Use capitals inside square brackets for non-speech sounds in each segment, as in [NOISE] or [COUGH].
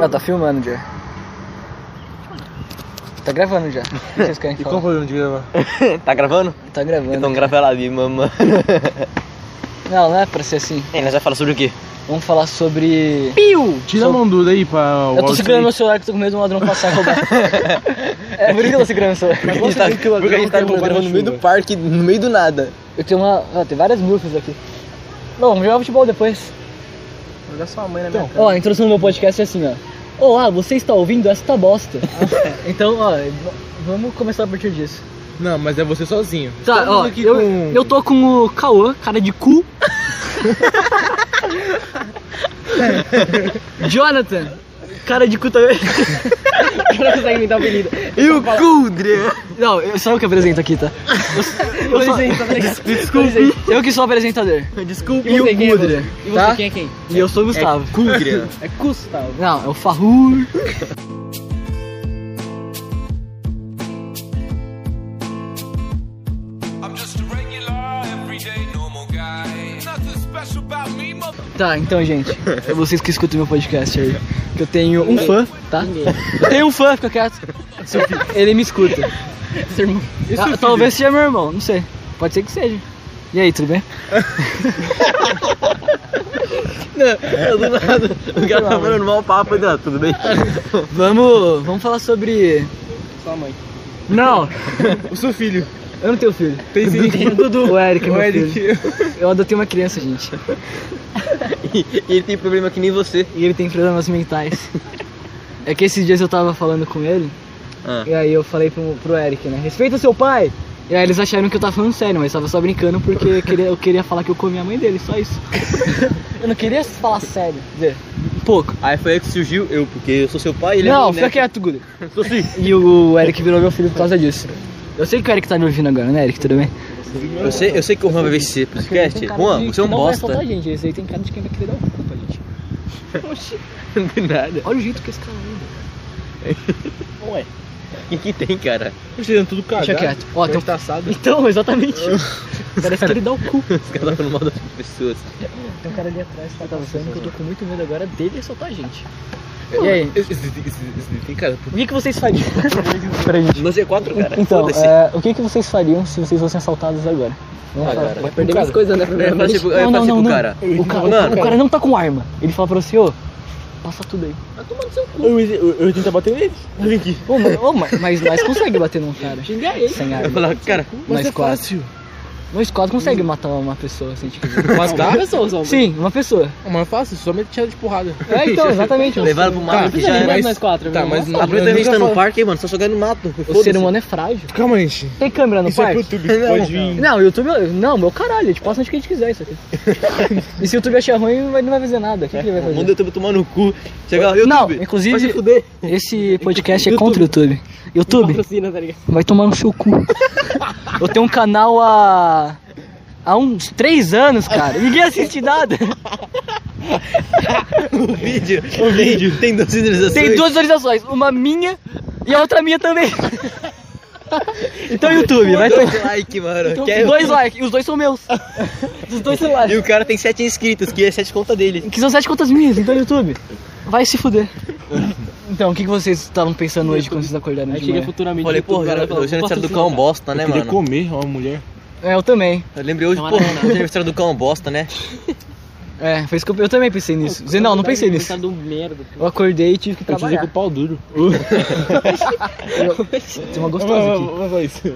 Ah, tá filmando já. Tá gravando já. O que vocês [LAUGHS] querem E qual falar? foi o nome de gravar? tá gravando? Tá gravando. Então grava ela ali, mamãe. [LAUGHS] Não, não é pra ser assim. É, nós vai falar sobre o quê? Vamos falar sobre. Tira a mão dura aí pra o É, Eu tô áudio segurando sair. meu celular que eu tô com medo de um ladrão passar e [LAUGHS] roubar. é por isso que eu tô segurando meu celular. Porque a gente tá, que o ladrão porque a gente tá quer roubar gravando na no meio do chuva. parque, no meio do nada. Eu tenho uma. Ah, tem várias músicas aqui. Bom, vamos jogar futebol depois. Olha só a mãe na minha Ó, a introdução do meu podcast é assim, ó. Olá, você está ouvindo esta [LAUGHS] bosta. então, ó, v- vamos começar a partir disso. Não, mas é você sozinho. Tá, Todo ó, mundo aqui eu, com- eu tô com o Cauã, cara de cu. Jonathan, cara de cu também. Eu não consigo inventar o apelido. E o Kudre! Não, eu, sou eu que apresento aqui, tá? Eu, eu sou- Desculpe. Eu que sou o apresentador. Desculpa, E o Kudre, tá? Quem é quem? E eu sou o Gustavo. Kudre. É Gustavo. Não, é o Farrur. I'm just a regular, everyday, normal guy. Nothing special about me, mother. Tá, então, gente, é vocês que escutam meu podcast aí. Que eu tenho um fã, tá? Eu tenho um fã, fica quieto. Seu filho. Ele me escuta. Ah, talvez seja meu irmão, não sei. Pode ser que seja. E aí, tudo bem? do nada. [LAUGHS] O cara tá falando mal papo e nada, tudo bem? [LAUGHS] Vamos, vamos falar sobre. Sua mãe. Não, O seu filho. eu não tenho filho. Tem sim. O Dudu. O Eric, é meu O Eric. [LAUGHS] Tá filho. Eu adotei uma criança, gente. E e ele tem problema que nem você. E ele tem problemas [LAUGHS] mentais. É que esses dias eu tava falando com ele, Ah. e aí eu falei pro, pro Eric, né? Respeita seu pai! E aí eles acharam que eu tava falando sério, mas tava só brincando porque queria- eu queria falar que eu comi a mãe dele, só isso. [LAUGHS] eu não queria falar sério. Quer dizer, um pouco. Aí foi aí que surgiu eu, porque eu sou seu pai e ele não, é meu fica neto. quieto, Gude. Sou sim. né? E o Eric virou meu filho por causa disso. Eu sei que o Eric tá me ouvindo agora, né, Eric? Tudo bem? Eu sei, eu sei que o Juan vai ver esse podcast. Juan, você é um não Não vai bosta. [LAUGHS] faltar gente, esse aí tem cara de quem vai querer dar o cu pra gente. Não tem nada. Olha o jeito que esse cara é. anda. O que tem, cara? [LAUGHS] Tô cheirando tudo cagado. Deixa quieto. Ó, tem um... Tá assado. Então, [LAUGHS] exatamente. Parece que ele dá o cu. Os caras tá falando mal das pessoas. [LAUGHS] Tem um cara ali atrás que tá passando que eu tô com muito medo agora dele soltar a gente. E aí? Esse- esse- esse- esse- Tem cara. O que, que vocês fariam? pra gente. Nós é quatro, [LAUGHS] cara. Então, Foda-se. é, o que, que vocês fariam se vocês fossem assaltados agora? Vamos Agora. falar. Vai Perder umas coisas, né? Eu Primeira passei vez. pro, tipo, eu passei pro cara. O cara, o Mano. cara não tá com arma. Ele fala pra você, ô, passa tudo aí. É. Eu, eu, tentar bater nele. Vem aqui. Ô, mas, ô, mas, mas nós consegue bater num cara. Xingar ele. Sem Eu arma. falava, cara, Mas Nós é quatro. fácil. Nós quatro consegue matar uma pessoa assim, [LAUGHS] tipo. Mas dá? Pessoas, ó. Sim, uma pessoa. Mas é fácil, só mete tira de porrada. É, [LAUGHS] então, exatamente. levaram pro mato que já precisa era. mais nós quatro, Tá, viu? mas não. Aproveita que a gente tá nunca no fala- parque, mano, só jogar no mato. O né? ser humano é frágil. Calma, gente. Tem câmera no Isso é parque? pro YouTube. Pode vir. [LAUGHS] Não, o YouTube. Não, meu caralho, a gente passa onde que a gente quiser isso [LAUGHS] aqui. e se o YouTube achar ruim, vai- não vai fazer nada. O que, que ele vai Manda É, o fazer? YouTube tomar no cu. Chega lá, YouTube. Não, inclusive- Vai se fuder. Esse podcast é contra o YouTube. YouTube, Patrocina, tá ligado? vai tomar no seu cu. Eu tenho um canal há. há uns três anos, cara. Ninguém assiste nada. [LAUGHS] O vídeo. O vídeo. Tem duas visualizações. Tem duas visualizações, uma minha e a outra minha [LAUGHS] também. Então, YouTube, vai Dois tomar. um like, mano. Então, Quer- Dois likes, e os dois são meus. Os dois são likes. E o cara tem sete inscritos, que é sete conta dele. Que são sete contas minhas, então YouTube. Vai se fuder. Então, o que, que vocês estavam pensando hoje quando vocês acordaram Aí de chega manhã? futuramente. Falei, pô, YouTube, já- cara, fala, hoje é aniversário do patrocina, cão bosta, né, Eu queria mano? comer uma mulher. É, eu também. Eu lembrei hoje, Não, pô, não, hoje não. é aniversário do cão bosta, né? É, foi isso que eu, eu também pensei nisso. Quer dizer, não, não pensei nisso. Coitado do merda. Eu acordei e tive que Eu te digo trabalhar. com o pau [LAUGHS] duro. Tem uma gostosa aqui. Vai falar isso.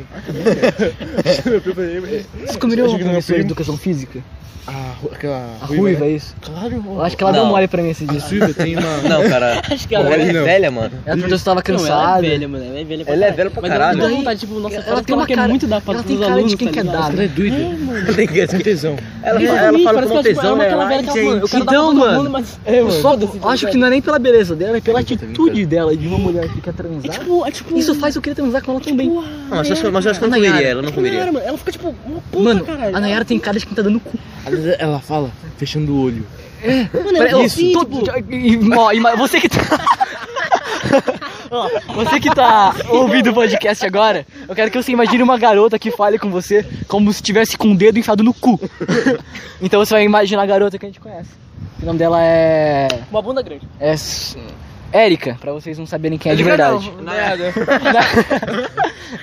Vocês comeram Acho uma que não é professora de primo. educação física? Ah, aquela. A ruiva, é isso? Claro, Eu acho que ela deu Não. mole pra mim esses A dias. Silvia tem [LAUGHS] uma. Não, [LAUGHS] cara. Acho que Pô, ela ela é Não. velha, mano. Ela perguntou se tava Não, ela é cansada. velha, mano. Ela é velha pra Ela é caralho. velha pra Mas ela caralho. dá vontade, tipo, nossa, Ela tem uma quer cara- muito dar pra ela todos tem os cara de alunos, quem tá quer ligado? dar, né? Ela é doida. Tem que- Sem tesão. Ela fala, ela Exatamente, fala parece com uma que ela, tipo, tesão, ela é né? aquela Ai, velha que ela, mano, eu gente. quero dar pra Então, todo mano, mundo, mas... Eu só acho que não é nem pela beleza dela, é pela Eu também atitude dela de uma mulher que quer transar. Tipo, é tipo... Isso faz eu querer transar com ela também. Não, mas eu acho- mas eu acho que eu não Nayara. comeria, ela não comeria. Mano, ela fica tipo uma puta, Mano, caralho. a Nayara tem cara de quem tá dando cu. Às vezes ela fala fechando o olho. Mano, Pera- ó, ela assim, tu- tipo... e- ó, e- mas você que tá. [LAUGHS] Ó, você que tá ouvindo o podcast agora, eu quero que você imagine uma garota que fale com você [LAUGHS] como se tivesse com o dedo enfiado no cu. Então você vai imaginar a garota que a gente conhece. O nome dela é. Uma bunda grande. É. S- Érica, pra vocês não saberem quem é de verdade. Nada. [LAUGHS]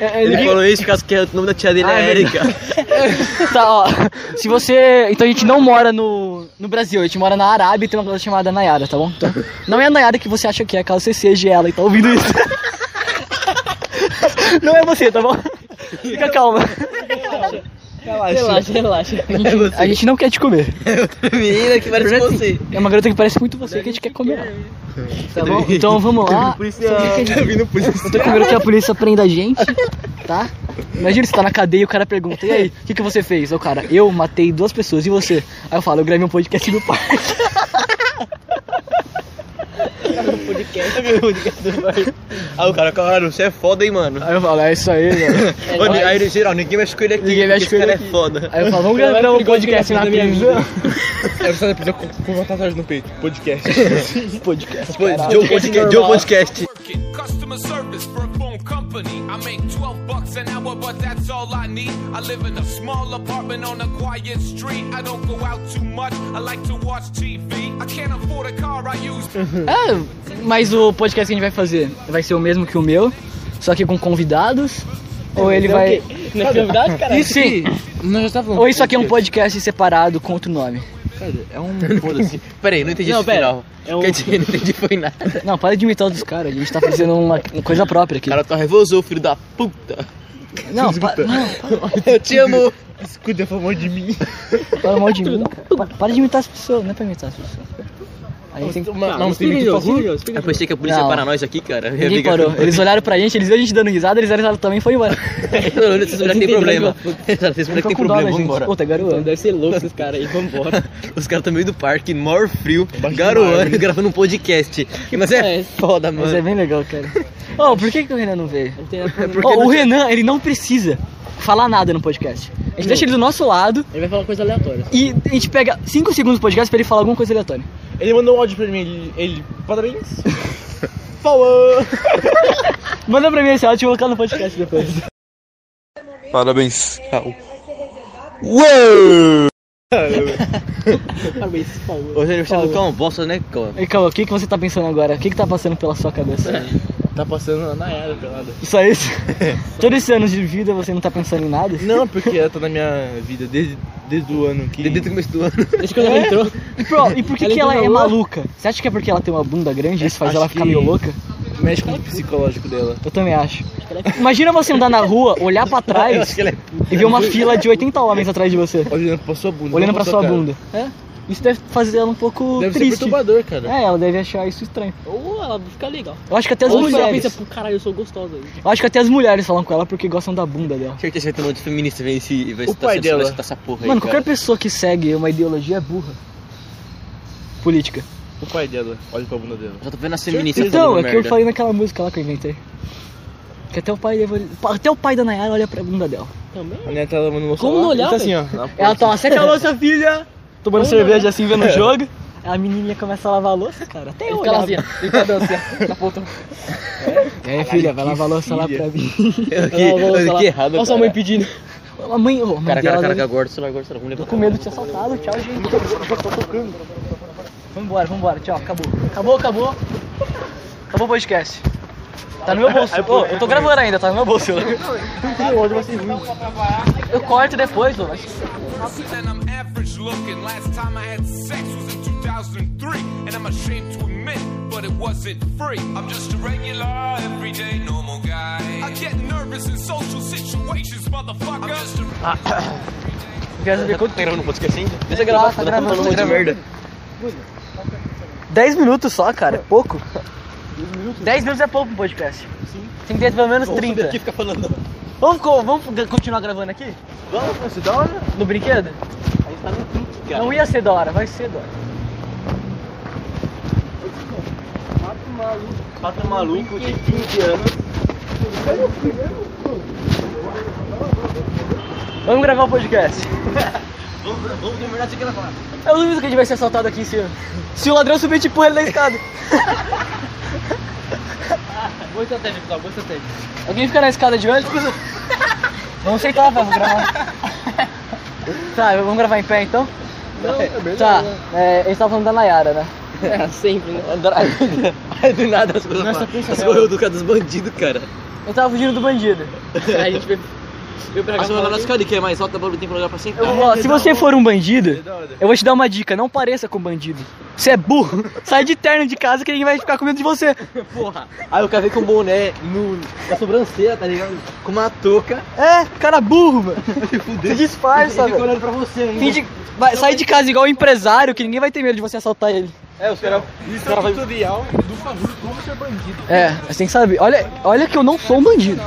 É, Ele ele- falou isso por causa que o nome da tia dele Ah, é é Erika. [LAUGHS] Tá, ó. Se você. Então a gente não mora no, no Brasil, a gente mora na Arábia e tem uma coisa chamada Nayara, tá bom? Então, não é a Nayara que você acha que é, caso você seja ela e tá ouvindo isso. [LAUGHS] Não é você, tá bom? Fica calma. Relaxa, relaxa. A gente não quer te comer. [LAUGHS] Menina que parece Verdade. você. É uma garota que parece muito você que a gente quer comer. ela. Tá bom? Então vamos lá. [LAUGHS] Tá vindo polícia. Eu tô com medo que a polícia prenda a gente, tá? Imagina você tá na cadeia e o cara pergunta, e aí, o que, que você fez? Ô cara, eu matei duas pessoas e você? Aí eu falo, eu gravei um podcast do parque. Ah, o cara, cara, você é foda, hein, mano. Aí eu falo, é isso aí, velho. Ô, ni- Aí, no geral, ninguém mexe com ele aqui. Ninguém mexe porque com ele Esse cara é foda. Aí eu falo, vamos gravar um podcast na prisão. Eu só depois com, com uma tatuagem no peito. Podcast. Podcast. Pô, Deu um podcast. Deu um podcast. Working customer service for a phone company. I make 12 bucks an hour, but that's all I need. I live in a small apartment on a quiet street. I don't go out too much. I like to watch TV. I can't afford a car. I use Ah, mas o podcast que a gente vai fazer vai ser o mesmo que o meu, só que com convidados. Ou ele vai. Não é verdade, cara? Isso sim! Nós já estávamos. Ou isso aqui é um podcast separado com outro nome. É um. Foda-se. Peraí, não entendi Não, esse pera. final. É um- Quer dizer, não entendi foi nada. Não, para de imitar os caras, a gente tá fazendo uma uma coisa própria O aqui. cara tá revoltou, filho da puta. Não, pa- não, [LAUGHS] Eu te amo. Escuta, por favor de mim. Fala mal de mim. Pa- Para de imitar as pessoas, não é pra imitar as pessoas. A gente Tá, tem que... Mas não tem muito bagulho. Eu pensei que a polícia Não. para nós aqui, cara. Minha Ninguém amiga- [LAUGHS] parou. Eles olharam pra gente, eles viram a gente dando risada, eles olharam também e foi embora. Não, não, vocês moleques tem problema. [LAUGHS] Vocês moleques Ficou tem com dó da problema, gente. vambora. Puta, Então garoa. deve ser louco esses caras aí, vambora. [LAUGHS] Os caras estão meio do parque, maior frio, Baixo de uma garoando, árvore. gravando um podcast. Mas porra é é essa? foda, Mas é mano. bem legal, cara. Ô, por que, que o Renan não veio? Não tem nada pra- Por Ó, que o não- Renan, ele não precisa falar nada no podcast. A gente deixa ele do nosso lado Ele vai falar coisa aleatória. e a gente pega 5 segundos do podcast pra ele falar alguma coisa aleatória. Ele mandou um áudio pra mim. Ele. ele parabéns. Falou. Manda pra mim esse áudio e colocar no podcast depois. Parabéns. Parabéns, falou. Hoje ele vai colocar uma bosta, né, cara? E calma, o que, que você tá pensando agora? O que, que tá passando pela sua cabeça? Tá passando na era pelada. Só isso? Todos esses anos de vida você não tá pensando em nada? Não, porque ela tá na minha vida desde, desde o ano que. Desde o começo do ano. [LAUGHS] Desde quando ela entrou, E, pro- e por que, Ela que ela entrou é na lua? maluca? Você acha que é porque ela tem uma bunda grande e isso faz Acho ela ficar que- meio louca? mexe com o psicológico dela. Eu também acho. Imagina você andar na rua, olhar pra Eu trás acho que ele é e ver uma fila de 80 homens atrás de você, Olhando pra sua bunda. olhando não pra sua sua cara. bunda. É? Isso deve fazer ela um pouco Deve ser triste. perturbador, cara. é, ela deve achar isso estranho. ou ela fica legal. Eu acho que até as Ou então se ela mulheres. pensa, pô, caralho, eu sou gostosa. Eu acho que até as mulheres falam com ela porque gostam da bunda dela. Certeza que vai ter um monte de feminista vem esse, e vai O citar pai essa- dela. vai citar essa porra aí. Mano, cara. qualquer pessoa que segue uma ideologia é burra. Política. O pai dela. Olha pra bunda dela. Já tô vendo as feministas Então, é falando o que eu merda. falei naquela música lá que eu inventei. Que até o pai até o pai da Nayara olha pra bunda dela. Também? A minha tá lavando no Como celular, não olhar, ele Tá assim, ó. Ela tá lá, seca a louça, filha! Tomando Olha. cerveja assim, É. vendo o jogo. A menininha começa a lavar a louça, cara. Até eu olhava. É, filha, vai lavar a louça lá pra mim. Eu que- eu que errado, Olha sua cara. mãe pedindo. [LAUGHS] A mãe, ô, a mãe Cara, dela cara, cara, deve- agora o celular, agora o celular. Vamos Tô com medo de ser assaltado. Tchau, gente. Vambora, vambora. Tchau, acabou. Acabou, acabou. Acabou o podcast. Tá no meu bolso. Ô, eu tô gravando ainda, tá no meu bolso. Eu corto depois, ô. and I'm average looking. Last time I had sex was in 2003, and I'm ashamed to admit, but it wasn't free. I'm just a regular, everyday, normal guy. I get nervous in social situations, motherfucker. I'm just a Quer saber quanto Tá gravando podcast ainda? Deixa Tá, eu gravar, tá tá gravando um gravando. monte de merda. 10 minutos só, cara, é pouco. 10 minutos é pouco pro podcast. Sim. Tem que ter pelo menos 30. Aqui fica falando. Vamos, co- vamos g- continuar gravando aqui? Vamos, você dá hora? No brinquedo? A gente tá no pique, cara. Não ia ser da hora, vai ser da hora. Quatro malucos de 15 anos. Vamos gravar o podcast. Vamos, vamos terminar de gravar. Eu duvido que a gente vai ser assaltado aqui em cima. Se o ladrão subir, tipo ele da escada. [LAUGHS] Boa estratégia, pessoal, boa estratégia. Alguém fica na escada de olho? [LAUGHS] Vamos sentar, vamos gravar. tá, vamos gravar em pé então? Não, é verdade. Tá, é, a gente tava falando da Nayara, né? né? [LAUGHS] É, sempre, né? Aí do nada as [LAUGHS] coisas Nossa, falam, pensa As nela. correu do cara dos bandidos, cara. Eu tava fugindo do bandido. Aí a gente veio, veio pra cá. As e falou novelas assim, cara que é mais alta, bagulho tem lugar pra sempre. Eu vou falar, se você for um bandido, né? eu vou te dar uma dica, não pareça com bandido. Você é burro, sai de terno de casa que ninguém vai ficar com medo de você. Porra. Aí o cara vem com um boné no, na sobrancelha, tá ligado? Com uma [LAUGHS] touca. É, cara burro, mano. [LAUGHS] Se disfarça, Fica velho. olhando pra você ainda. Finge- vai- sai de casa igual o empresário, que ninguém vai ter medo de você assaltar ele. É, os caras. Isso é um vai- tutorial do bagulho como ser bandido. É, você tem que saber. Olha, olha que eu não sou um bandido.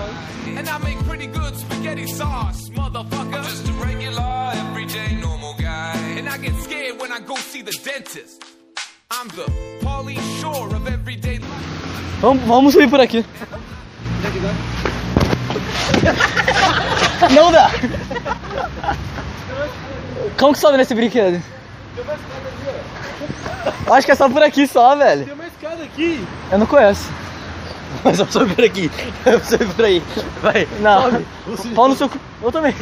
And I make pretty good spaghetti sauce, motherfucker. I'm just a regular, everyday, normal guy. And I get scared when I go see the dentist. I'm the Pauline Shore of everyday life. Vamos, vamos subir por aqui. Não dá. Como que sobe nesse brinquedo? Eu Acho que é só por aqui só, velho. Tem uma escada aqui. Eu não conheço. Mas eu sobe por aqui. Eu sobe por aí. Vai. Não. Sobe. Vou subir. Pau no seu cu. Eu também.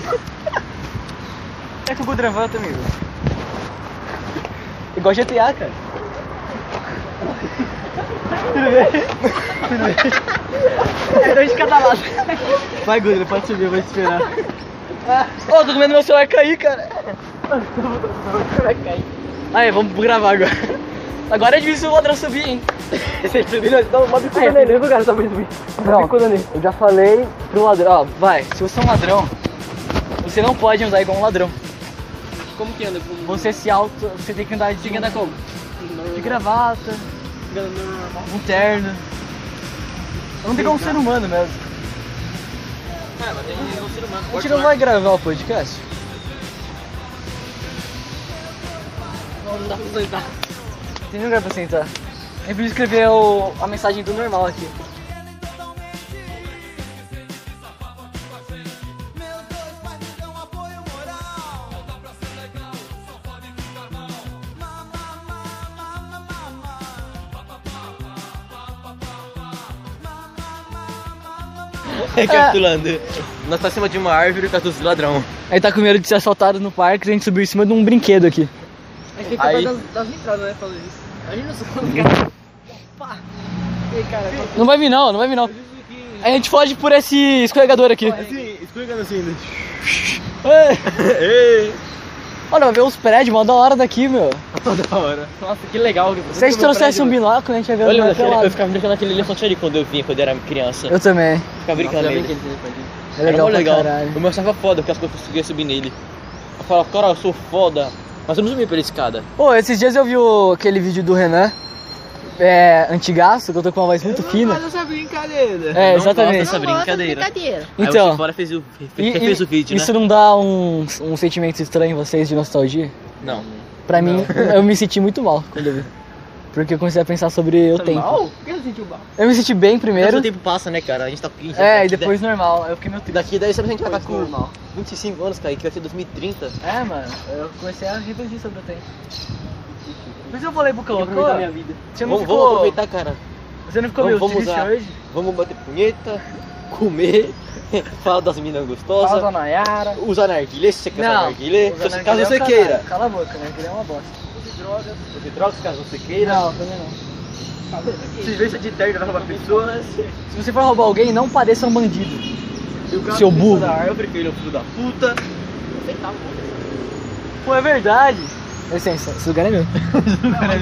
É que o Gudravan também, velho. Igual GTA, cara. Tudo bem? Tudo bem? Dois de cada lado. Vai, Gudra, pode subir, eu vou te esperar. Ô, tô com medo do meu celular cair, cara. Aí, vamos gravar agora. Agora é difícil o ladrão subir, hein? Não, uma bicuda nele, né, eu tá quero saber subir. eu já falei pro ladrão, ó, vai, se você é um ladrão, você não pode andar igual um ladrão. Como que anda? Como... Você se auto, você tem que andar de, Tem que andar como? de gravata, Anda normal. um terno. Eu não tem como ser humano mesmo. Ah, mas tem um ser humano. A gente não vai gravar o podcast? Não dá pra sentar. Tem lugar pra sentar. É Eu preciso escrever o- a mensagem do normal aqui. É Recapitulando. Nós tá acima de uma árvore com a dos ladrão. Aí tá com medo de ser assaltado no parque, a gente subiu em cima de um brinquedo aqui. A gente tem que Aí- falar das, das entradas, né? Falando isso. A gente não sabe, cara. Pá. é. Ei, cara, qual- Não vai vir não, não vai vir não. Aí a gente foge por esse escorregador aqui. Assim, explicando assim ainda. É. né? [LAUGHS] Ei! Tá Olha, vai ver os prédios, mó da hora daqui, meu. Toda hora. Nossa, que legal. Se a gente trouxesse um binóculo, a gente ia ver Olha, o daquele, eu pelado. ficava brincando naquele elefante ali quando eu vinha, quando eu era criança. Eu também. Ficava brincando Ainda bem que nele. ele tem elefante. É legal era pra mó Tá legal. caralho. Eu me achava foda porque as coisas conseguia subir nele. Eu falava, cara, eu sou foda. Mas eu não subi pela escada. Pô, esses dias eu vi o- aquele vídeo do Renan, é, antigaço, que eu tô com uma voz muito fina. essa brincadeira. É, não exatamente. gosto dessa brincadeira. Aí Então, o Fora fez o, fe- e- e- fez o vídeo, isso né? não dá um, um sentimento estranho em vocês de nostalgia? Não. Pra mim, eu me senti muito mal quando eu vi. Porque eu comecei a pensar sobre o tempo. Mal? Eu me senti bem primeiro. O tempo passa, né, cara? A gente tá com 15. É, e daqui depois normal. Eu fiquei meio de- triste. Daqui 10 anos a gente vai Foi estar com normal. 25 anos, cara, que vai ser 2030. É, mano, eu comecei a refletir sobre o tempo. Por isso eu falei pro Cão, aproveitar minha vida. Você não Vamos, ficou, vamos aproveitar, cara. Você não ficou meio vamos- vamos triste usar. hoje? Vamos bater punheta, comer, [LAUGHS] falar das minas Fala da gostosas, Nayara. usar narguilé, se você quer usar Não, narguilé, usar narguilé caso é você um queira. caralho. Cala a boca, né? Que ele é uma bosta. Você troca caso você queira. também não. Se veste de tá terno, vai roubar pessoas. Se você for roubar alguém, não pareça um bandido. Seu burro. da árvore, que ele é o filho da puta. Pô, é verdade. Licença, esse lugar é [LAUGHS] meu. A é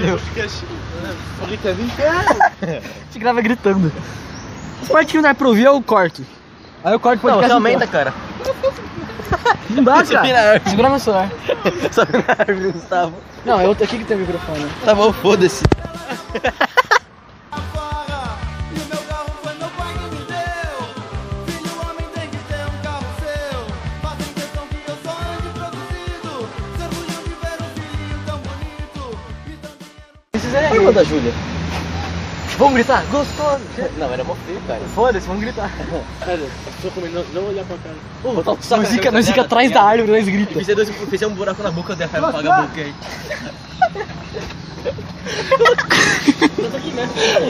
[LAUGHS] gente grava gritando. Esse partinho não é pra ouvir, eu corto. Aí eu corto o Não, podcast você inteiro. aumenta, cara. Não dá, Você vira a cara. árvore. Segura meu celular. Sobe na árvore, Gustavo. Não, eu aqui que tem o microfone. Tá bom, foda-se. Afora, e o meu carro foi meu pai que me deu. Filho, homem tem que ter um carro seu. Fazem questão que eu só ande produzido. Se orgulham de ver um filho tão bonito. E tão Pergunta da Júlia. Vamos gritar? Gostoso. Não, era mó feio, cara. Foda-se, vamos gritar. Tô com medo, não olhar pra cara. Vou botar um Nós saco na fica, cabeça nós fica dela, atrás tá da ligado? árvore, nós Se grita. fizer, dois, se fizer um buraco na boca, eu derrubo ela paga a boca aí.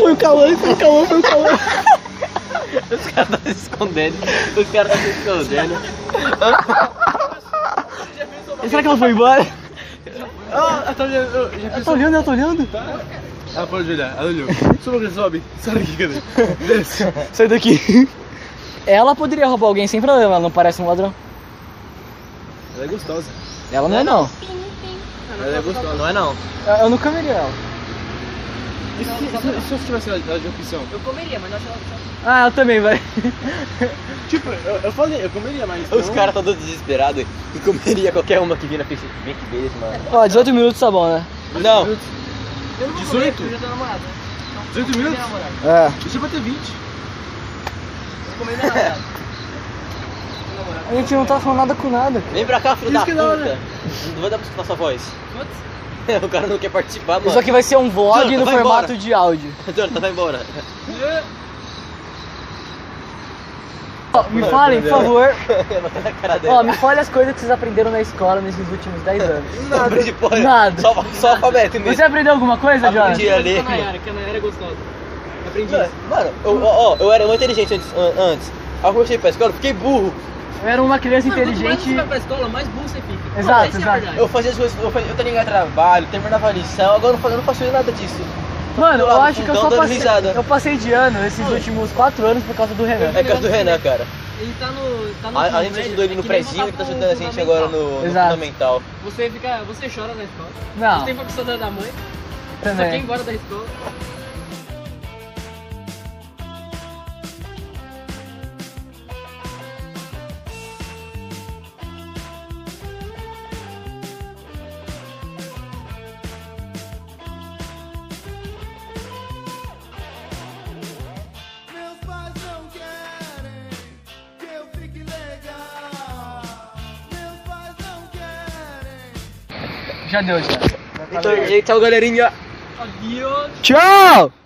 Foi o Cauã, foi o Cauã, foi o Cauã. Os caras estão se escondendo. Os caras estão se escondendo. Será que ela foi embora? Ah, tá olhando. eu Já Ela fiz tá olhando, ela tá olhando. Ela parou de olhar, ela olhou. Suba que sobe. Sai daqui, cadê? Desce. Sai daqui. Ela poderia roubar alguém sem problema, ela não parece um ladrão. Ela é gostosa. Ela não é não. Ela é gostosa. Não é não. Eu- Eu nunca veria ela. E se, se, se eu tivesse ela de opção? Eu comeria, mas não acho ela opção. Ah, ela também vai. Tipo, eu, eu falei, eu comeria, mas. Os não- caras estão todos desesperados e comeria qualquer uma que vir na frente bem que deles, mano. Ó, 18 minutos tá bom, né? Não, Eu não vou 18? comer, porque eu já tô namorado. 18 Minha minutos? namorada. É. Deixa eu bater 20. Eu comi minha namorada. Minha namorada. A gente não tá falando nada com nada. vem pra cá, filho Isso da que puta. da hora. Não vai dar pra escutar sua voz. [LAUGHS] Putz, o cara não quer participar, mano. Então Isso aqui vai ser um vlog Jonathan, no vai formato embora. de áudio. Jonathan, vai embora. [LAUGHS] Ó, me falem, é. por favor. Eu vou na cara dele. Ó, me falem as coisas que vocês aprenderam na escola nesses últimos 10 anos. Nada. De porra. Nada. Só, só alfabeto mesmo. Você aprendeu alguma coisa, Aprendi. Jorge? Tira ali. eu com a Nayara, que a Nayara é gostosa. Aprendi Mano, isso. Mano, eu, ó, ó, eu era muito inteligente antes. an- antes. Aí eu comecei pra escola, eu fiquei burro. Eu era uma criança Mano, quanto mais inteligente. você vai pra escola, mais burro você fica. Exato, Isso é exato. verdade. Eu fazia as coisas, eu, fazia, eu terminava trabalho, terminava lição, agora eu não faço, eu não faço nada disso. Mano, Tô lá eu no acho que eu fundão só dando passei. risada. Eu passei de ano esses últimos 4 anos por causa do Renan. É caso do Renan, cara. Ele tá no. Tá no A, a ensino gente médio, ajudou ele é no que nem prezinho, voltar ele tá pro ajudando a gente fundamental. agora no, no Exato. fundamental. Você fica. Você chora na escola. Ah. Você Não, tem faculdade da É. mãe. Você quer ir também. embora da escola. Meus pais não querem que eu fique legal. Meus pais não querem. Já deu, já. Então, tchau, galerinha. Adiós. Tchau! Assim é assim assim é assim